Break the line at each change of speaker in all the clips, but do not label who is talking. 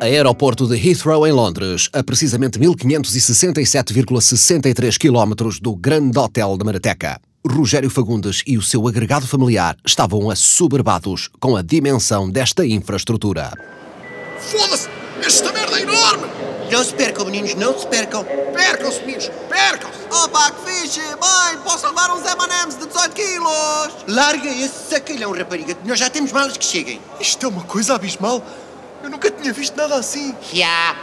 aeroporto de Heathrow, em Londres, a precisamente 1567,63 km do Grande Hotel de Marateca. Rogério Fagundes e o seu agregado familiar estavam assoberbados com a dimensão desta infraestrutura.
Foda-se! Esta merda é enorme!
Não se percam, meninos, não se percam.
Percam-se, meninos! Percam-se!
Oh pá, que fixe! Mãe, posso levar uns M&M's de 18 quilos?
Larga esse sacalhão, rapariga. Nós já temos malas que cheguem.
Isto é uma coisa abismal! Eu nunca tinha visto nada assim!
Já!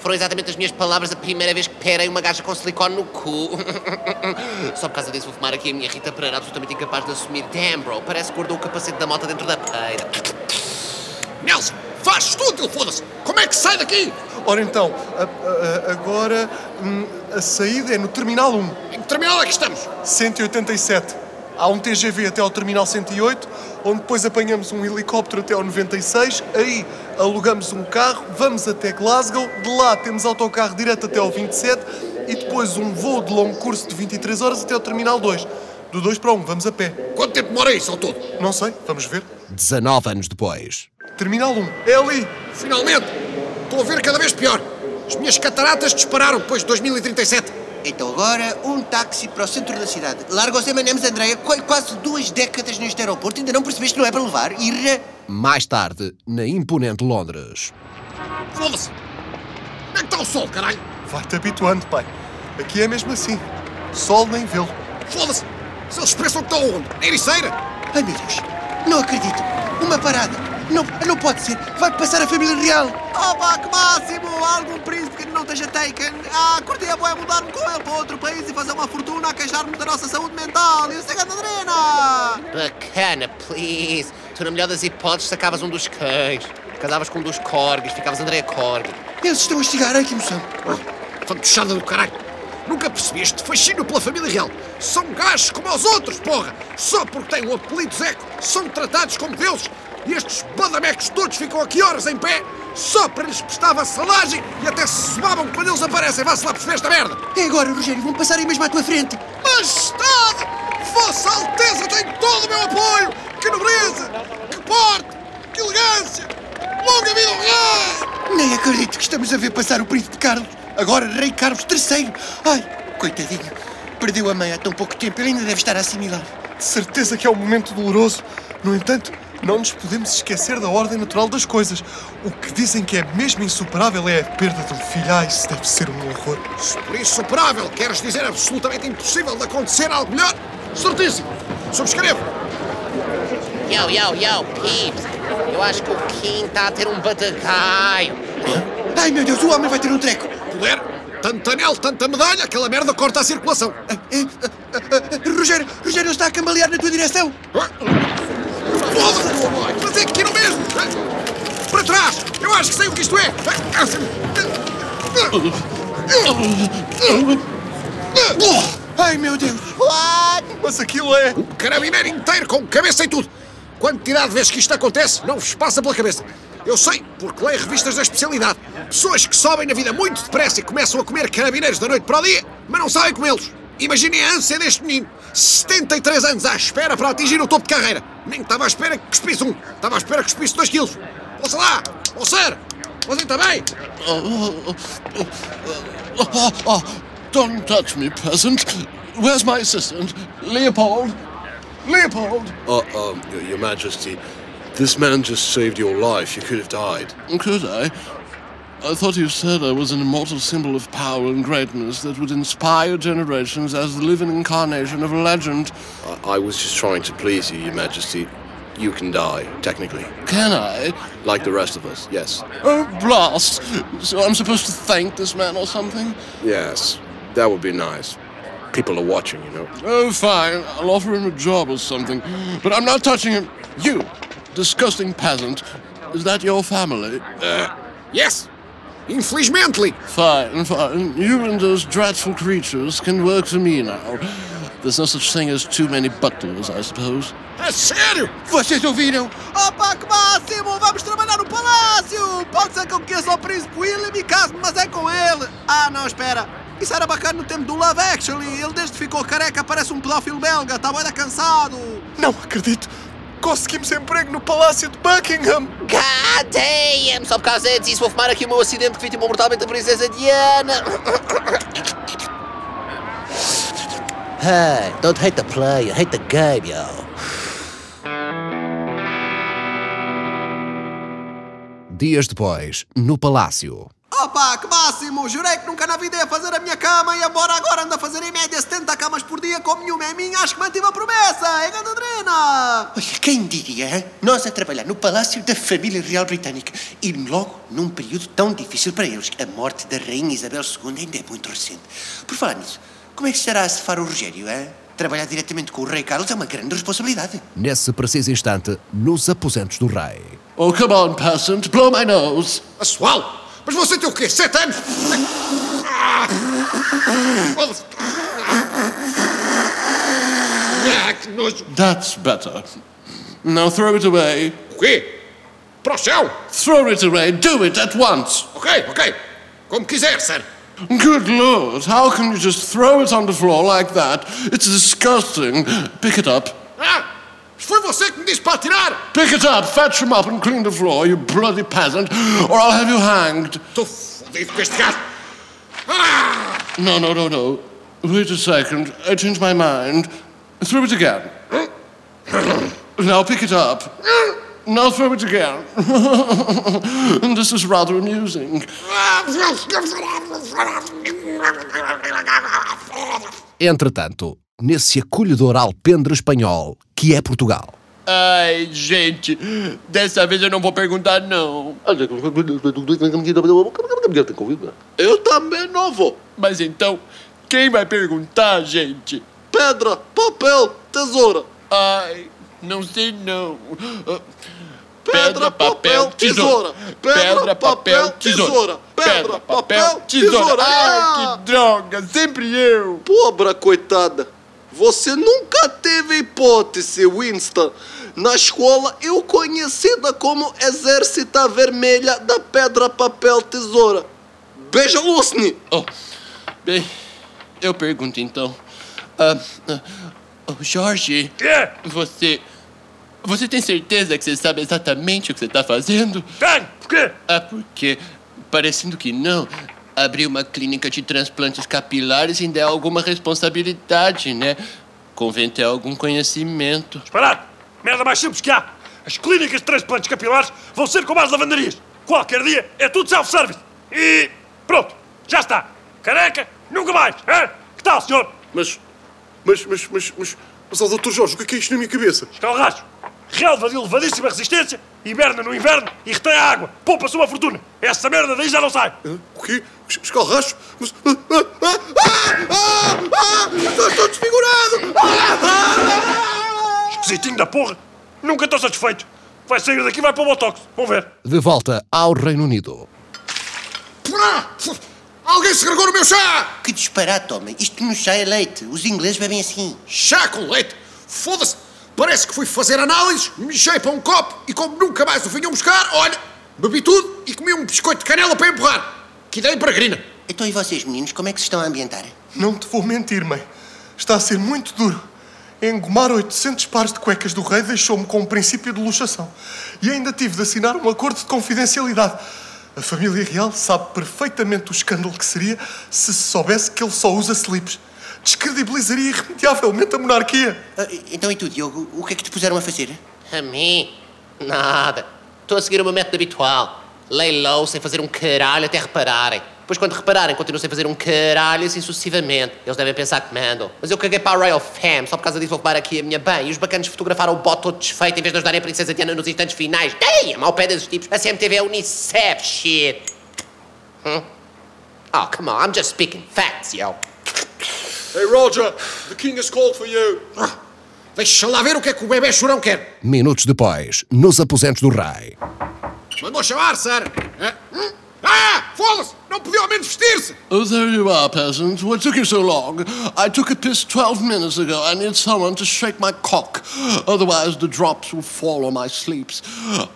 Foram exatamente as minhas palavras a primeira vez que perei uma gaja com silicone no cu. Só por causa disso vou fumar aqui a minha Rita Pereira absolutamente incapaz de assumir. Damn, bro, parece que guardou o capacete da moto dentro da peira.
Nelson, faz tudo, foda-se! Como é que sai daqui?
Ora então, a- a- a- agora hum, a saída é no Terminal 1,
Em que terminal é que estamos?
187. Há um TGV até ao Terminal 108, onde depois apanhamos um helicóptero até ao 96, aí alugamos um carro, vamos até Glasgow, de lá temos autocarro direto até ao 27 e depois um voo de longo curso de 23 horas até ao Terminal 2. Do 2 para o 1, vamos a pé.
Quanto tempo demora isso ao todo?
Não sei, vamos ver.
19 anos depois.
Terminal 1, é ali!
Finalmente! Estou a ver cada vez pior! As minhas cataratas dispararam depois de 2037!
Então agora, um táxi para o centro da cidade. Larga os M&M's, Andréia. Qua- Quase duas décadas neste aeroporto. Ainda não percebeste que não é para levar? Irra!
Mais tarde, na imponente Londres.
Foda-se! Como é que está o sol, caralho?
Vai-te habituando, pai. Aqui é mesmo assim. Sol nem vê-lo.
Foda-se! Se eles pensam que estão onde? Na ericeira?
Ai, meu Deus. Não acredito. Uma parada. Não, não pode ser. Vai passar a família real.
Oh pá, que máximo! Há algum príncipe que não esteja taken? Ah, curtia bué mudar-me com ele para outro país e fazer uma fortuna a queixar-me da nossa saúde mental e o segredo adrena!
Bacana, please. Tu, na melhor das hipóteses, sacavas um dos cães. Casavas com um dos corgis, ficavas André Corgi.
Eles estão a chegar. Ai, que emoção.
Fantochada do caralho! Nunca percebeste fascínio pela família real! São gajos como os outros, porra! Só porque têm o apelido Zeco, são tratados como deuses! E estes badamecos todos ficam aqui horas em pé, só para lhes prestar vassalagem e até se sumavam quando eles aparecem! Vá-se lá perceber esta merda!
É agora, Rogério. Vão passar aí mesmo à tua frente.
Majestade! Vossa Alteza tem todo o meu apoio! Que nobreza! Que porte! Que elegância! Longa vida ao rei!
Nem acredito que estamos a ver passar o Príncipe Carlos, agora Rei Carlos III. Ai, coitadinho, perdeu a mãe há tão pouco tempo, ele ainda deve estar a assimilar.
De certeza que é um momento doloroso. No entanto, não nos podemos esquecer da ordem natural das coisas. O que dizem que é mesmo insuperável é a perda de um filho. Ah, isso deve ser um horror.
Por insuperável, queres dizer absolutamente impossível de acontecer algo melhor? Certíssimo! Subscrevo!
Yo, yo, yo, peeps. Eu acho que o Kim está a ter um badagaio.
Ai, meu Deus, o homem vai ter um treco.
Poder, tanto anel, tanta medalha, aquela merda corta a circulação!
Eh, eh, eh, eh, Rogério, Rogério, ele está a cambalear na tua direção.
Foda-se, meu boy! Mas é que não mesmo! Para trás! Eu acho que sei o que isto é!
Ai, meu Deus.
Mas aquilo é.
Um carabineiro inteiro com cabeça e tudo. Quantidade de vezes que isto acontece, não vos passa pela cabeça. Eu sei, porque leio revistas da especialidade. Pessoas que sobem na vida muito depressa e começam a comer carabineiros da noite para o dia, mas não sabem comê-los. Imaginem a ânsia deste menino. 73 anos à espera para atingir o topo de carreira. Nem estava à espera que cuspisse um. Estava à espera que cuspisse dois quilos. Ouça lá! Ô, sir! Você está bem?
Oh, oh, don't touch me, peasant. Where's my assistant? Leopold? Leopold?
Uh, um, your, your Majesty, this man just saved your life. You could have died.
Could I? I thought you said I was an immortal symbol of power and greatness that would inspire generations as the living incarnation of legend.
I, I was just trying to please you, Your Majesty. You can die, technically.
Can I?
Like the rest of us, yes.
Oh, blast! So I'm supposed to thank this man or something?
Yes, that would be nice. People are watching, you know.
Oh, fine. I'll offer him a job or something. But I'm not touching him. You, disgusting peasant. Is that your family?
Yes! Infelizmente!
Fine, fine. You and those dreadful creatures can work for me now. There's no such thing as too many butlers, I suppose.
A sério!
Vocês ouviram?
Oh pá, que máximo! Vamos trabalhar no palácio! Pode ser que eu conheça o príncipe William e case-me, mas é com ele! Ah, não, espera! Isso era bacana no tempo do Love
Tá
Actually! Ele desde que ficou careca parece um pedófilo belga, está bué da cansado!
Não acredito. conseguimos emprego no Palácio de Buckingham!
God damn! Só por causa disso vou fumar aqui o meu acidente que vitimou mortalmente a princesa Diana. Hey, don't hate the player, hate the game, yo.
Dias depois, no palácio.
Opa, que máximo! Jurei que nunca na vida ia fazer a minha cama e embora agora ando a fazer em média 70 camas por dia, como nenhuma é minha, acho que mantive a promessa! É grande adrena!
Olha, quem diria, hein? nós a trabalhar no Palácio da Família Real Britânica e logo num período tão difícil para eles. A morte da Rainha Isabel II ainda é muito recente. Por falar nisso, como é que estará a cefar o Rogério, hein? Trabalhar diretamente com o Rei Carlos é uma grande responsabilidade.
Nesse preciso instante, nos aposentos do rei.
Oh, come on, peasant, blow my nose.
Assoal! Mas você tem o quê? Sete anos? Ah! Foda-se. Ah, que nojo!
That's better. Now throw it away.
O quê? Para o céu!
Throw it away. Do it at once.
Ok, ok. Como quiser, sir.
Good lord, how can you just throw it on the floor like that? It's disgusting. Pick it up.
Ah! Foi você que me disse para tirar!
Pick it up, fetch him up and clean the floor, you bloody peasant, or I'll have you hanged.
Estou fodido com este gato! Ah!
No, no, no, no. Wait a second. I changed my mind. Throw it again. now pick it up. Now throw it again. this is rather amusing.
Entretanto, nesse acolhedor alpendre espanhol que é Portugal.
Ai, gente, dessa vez eu não vou perguntar, não. Eu também não vou. Mas então, quem vai perguntar, gente? Pedra, papel, tesoura. Ai, não sei não. Ah, Pedra, papel, tesoura. Pedra, papel, tesoura. Pedra, papel, tesoura.
Ah!
Ai, que droga, sempre eu.
Pobra coitada, você nunca teve hipótese, Winston. Na escola, eu conhecida como Exércita Vermelha da Pedra Papel Tesoura. Beija, Lusni!
Oh, bem, eu pergunto então. Ah, ah, oh, Jorge,
Quê?
você. Você tem certeza que você sabe exatamente o que você está fazendo?
Tem! Porquê?
Ah, porque, parecendo que não, abrir uma clínica de transplantes capilares ainda é alguma responsabilidade, né? Convém ter algum conhecimento.
Parado! Merda mais simples que há! As clínicas de transplantes capilares vão ser como as lavanderias. Qualquer dia é tudo self-service. E pronto, já está. Careca, nunca mais. Hã? Que tal, senhor?
Mas, mas, mas, mas, mas, mas, ó, Dr. Jorge, o que é que é isto na minha cabeça?
Escalraço. Relva de elevadíssima resistência, hiberna no inverno e retém a água. Poupa-se uma fortuna. Essa merda daí já não sai.
Hã? Ah, O quê? Es- Escalracho? Mas... Ah, ah, ah, ah, ah, ah, estou, estou desfigurado! Ah, ah, ah.
Esquisitinho da porra. Nunca estou satisfeito. Vai sair daqui e vai para o Botox. Vão ver.
De volta ao Reino Unido.
Porá! Alguém segregou no meu chá!
Que disparate, homem. Isto no chá é leite. Os ingleses bebem assim.
Chá com leite! Foda-se! Parece que fui fazer análises, mexei para um copo e como nunca mais o vinham buscar, olha, bebi tudo e comi um biscoito de canela para empurrar. Que ideia peregrina!
Então e vocês, meninos, como é que se estão a ambientar?
Não te vou mentir, mãe. Está a ser muito duro. Engomar 800 pares de cuecas do rei deixou-me com um princípio de luxação. E ainda tive de assinar um acordo de confidencialidade. A família real sabe perfeitamente o escândalo que seria se se soubesse que ele só usa slips. Descredibilizaria irremediavelmente a monarquia.
Ah, Então e tu, Diogo, o que é que te puseram a fazer?
A mim? Nada. Estou a seguir o meu método habitual. Lay low sem fazer um caralho até repararem. Depois, quando repararem, continuo sem fazer um caralho e assim sucessivamente. Eles devem pensar que mandam. Mas eu caguei para a Royal Fam, só por causa disso vou levar aqui a minha bem. E os bacanas fotografaram o bote todo desfeito em vez de ajudarem a Princesa Diana nos instantes finais. Damn! Ao pé desses tipos. A CMTV é Unicef, shit. Hum? Oh, come on, I'm just speaking facts, yo.
Hey, Roger, the king has called for you.
Ah, Deixa lá ver o que é que o bebê chorão quer.
Minutos depois, nos aposentos do rei.
Mandou chamar, sir. Ah, hum? Ah, foda-se! Não podia ao menos vestir-se!
Oh, there you are, peasant. What took you so long? I took a piss 12 minutes ago. I need someone to shake my cock. Otherwise, the drops will fall on my sleeps.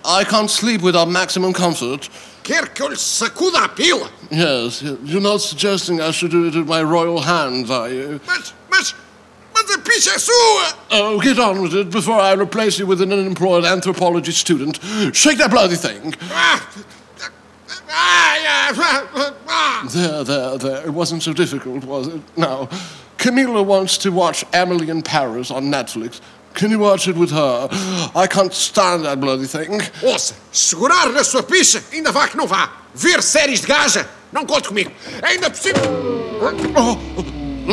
I can't sleep without maximum comfort.
Quer que eu lhe sacuda a pila!
Yes, you're not suggesting I should do it with my royal hands, are you?
Mas, mas, mas Essa picha é sua!
Oh, get on with it before I replace you with an unemployed anthropology student. Shake that bloody thing.
Ah. Ai, ai, vá, vá, vá.
There, there, there. It wasn't so difficult, was it? Now, Camila wants to watch Emily in Paris on Netflix. Can you watch it with her? I can't stand that bloody thing.
Ouça, segurar na sua picha, ainda vá que não vá. Ver séries de gaja, não conte comigo. Ainda por cima... Oh,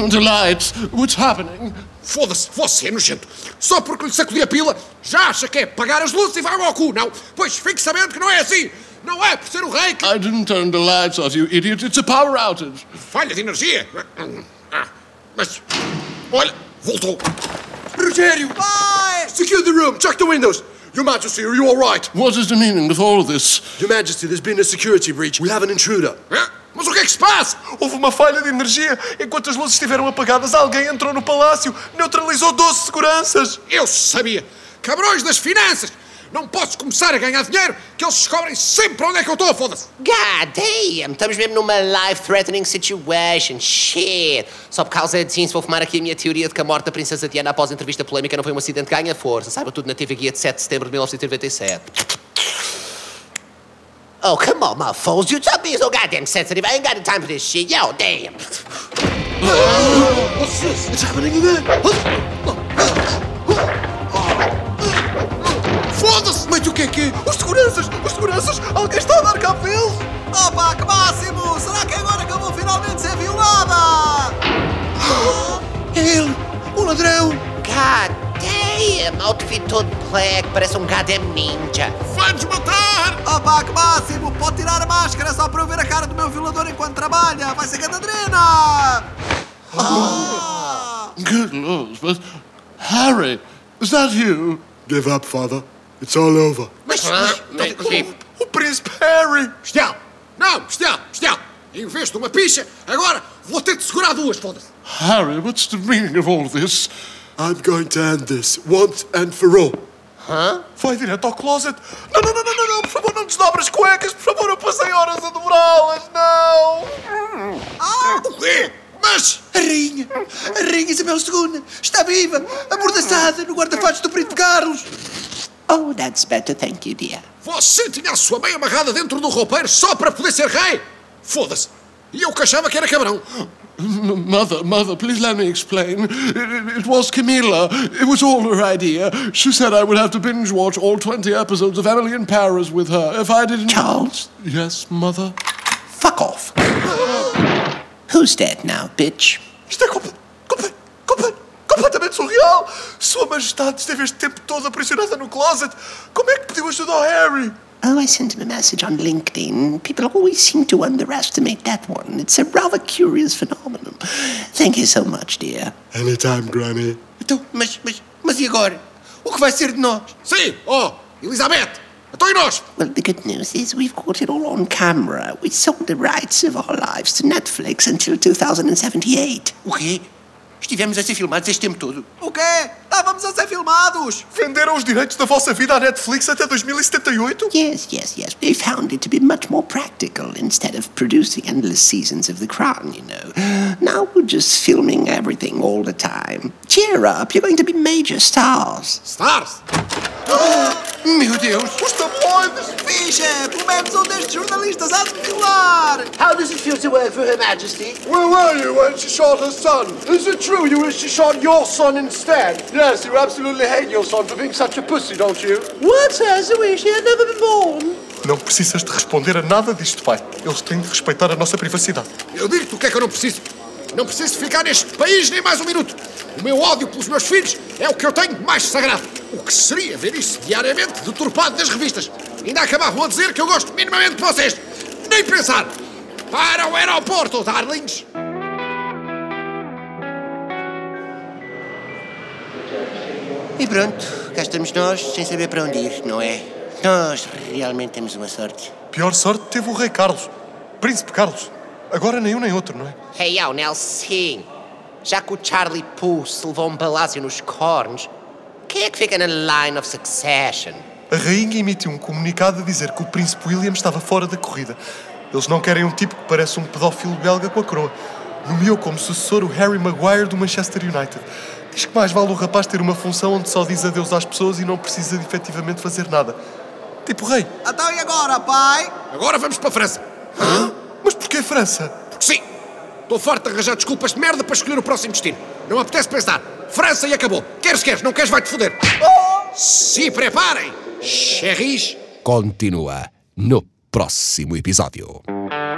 Delight, what's happening?
Foda-se, você é nojento. Só porque lhe sacudi a pila, já acha que é pagar as luzes e vai ao cu, não? Pois fique sabendo que não é assim. Não é por ser o rei que...
I didn't turn the lights off, you idiot. It's a power outage.
Falha de energia. Ah, Mas, olha, voltou. Rogério! Vai!
Secure the room. Check the windows. Your Majesty, are you all right?
What is the meaning of all this?
Your Majesty, there's been a security breach. We have an intruder.
Mas o que é que se passa?
Houve uma falha de energia. Enquanto as luzes estiveram apagadas, alguém entrou no palácio, neutralizou 12 seguranças.
Eu sabia! Cabrões das finanças! Não posso começar a ganhar dinheiro que eles descobrem sempre onde é que eu estou, foda-se!
God damn! Estamos mesmo numa life-threatening situation. Shit! Só por causa disso vou fumar aqui a minha teoria de que a morte da Princesa Diana após a entrevista polémica não foi um acidente ganha força. Saiba tudo na TV Guia de 7 de setembro de 1997. Oh, come on, my fools. You don't be so goddamn sensitive. I ain't got the time for this shit. Yo, damn!
What's this? It's happening again.
Foda-se!
Mas o que é que é? Os seguranças! Os seguranças! Alguém está a dar cabo deles!
Opa, que máximo! Será que é agora que eu vou finalmente ser violada?
É ele! O ladrão!
God damn! Outfit todo black, parece um goddamn ninja.
Vai-nos matar!
Opa, que máximo! Pode tirar a máscara só para eu ver a cara do meu violador enquanto trabalha! Vai ser Catarina!
Good lord, but Harry, is that you?
Give up, father. It's all over.
Mas, mas,
O príncipe Harry!
Bestial! Não, bestial, bestial! Em vez de uma picha, agora vou ter de segurar duas, foda-se!
Harry, what's the meaning of all this?
I'm going to end this once and for all.
Vai direto ao closet! Não, não, não, não, não, não, por favor, não desdobre as cuecas! Por favor, eu passei horas a dobrá-las! Não!
O quê? Mas,
A rainha, a rainha Isabel II está viva, amordaçada no guarda-fatos do Príncipe Carlos. Oh, that's better, thank you, dear.
você tinha a sua mãe amarrada dentro do roupeiro só para poder ser rei? Foda-se! E eu que achava que era cabrão!
M- mother, mother, please let me explain. It, it- it was Camilla. It was all her idea. She said I would have to binge watch all 20 episodes of Emily in Paris with her if I didn't.
Charles,
Yes, mother?
fuck off. Who's dead now, bitch?
Isto é comple- comple- comple- completamente surreal! Sua Majestade esteve este tempo todo aprisionada no closet! Como é que pediu ajuda ao Harry?
Oh, I sent him a message on LinkedIn. People always seem to underestimate that one. It's a rather curious phenomenon. Thank you so much, dear.
Anytime, Granny.
Então, mas, mas, mas e agora? O que vai ser de nós?
Sim, oh, Elizabeth! Então e nós?
Well, the good news is we've caught it all on camera. We sold the rights of our lives to Netflix until 2078. O quê? Estivemos a ser filmados este tempo todo.
O quê? Estávamos a ser filmados!
Venderam os direitos da vossa vida à Netflix até 2078?
Yes, yes, yes. They found it to be much more practical instead of producing endless seasons of The Crown, you know. Now we're just filming everything all the time. Cheer up, you're going to be major stars.
Stars!
Meu Deus!
Os tabloides!
Ficha! Pelo menos um destes jornalistas há de me violar!
How does it feel to work for Her Majesty?
Where were you when she shot her son? Is it true you wish she shot your son instead? Yes, you absolutely hate your son for being such a pussy, don't you? What says I wish he had never been born?
Não precisas de responder a nada disto, pai. Eles têm de respeitar a nossa privacidade.
Eu digo-te o que é que eu não preciso. Não preciso ficar neste país nem mais um minuto. O meu ódio pelos meus filhos é o que eu tenho de mais sagrado. O que seria ver isso diariamente deturpado nas revistas. Ainda acabavam a dizer que eu gosto minimamente de vocês. Nem pensar. Para o aeroporto, darlings.
E pronto, cá estamos nós, sem saber para onde ir, não é? Nós realmente temos uma sorte.
Pior sorte teve o rei Carlos. Príncipe Carlos. Agora nem um nem outro, não é?
Hey, yo, Nelson. Já que o Charlie Puth se levou um balásio nos cornos, quem é que fica na line of succession?
A rainha emitiu um comunicado a dizer que o príncipe William estava fora da corrida. Eles não querem um tipo que parece um pedófilo belga com a coroa. Nomeou como sucessor o Harry Maguire do Manchester United. Diz que mais vale o rapaz ter uma função onde só diz adeus às pessoas e não precisa de efetivamente fazer nada. Tipo rei.
Então e agora, pai?
Agora vamos para a França.
Mas porquê França?
Porque sim. Estou farto de arranjar desculpas de merda para escolher o próximo destino. Não me apetece pensar. França e acabou. Queres, queres. Não queres, vai-te foder. Se preparem. Cherries.
Continua no próximo Um episódio.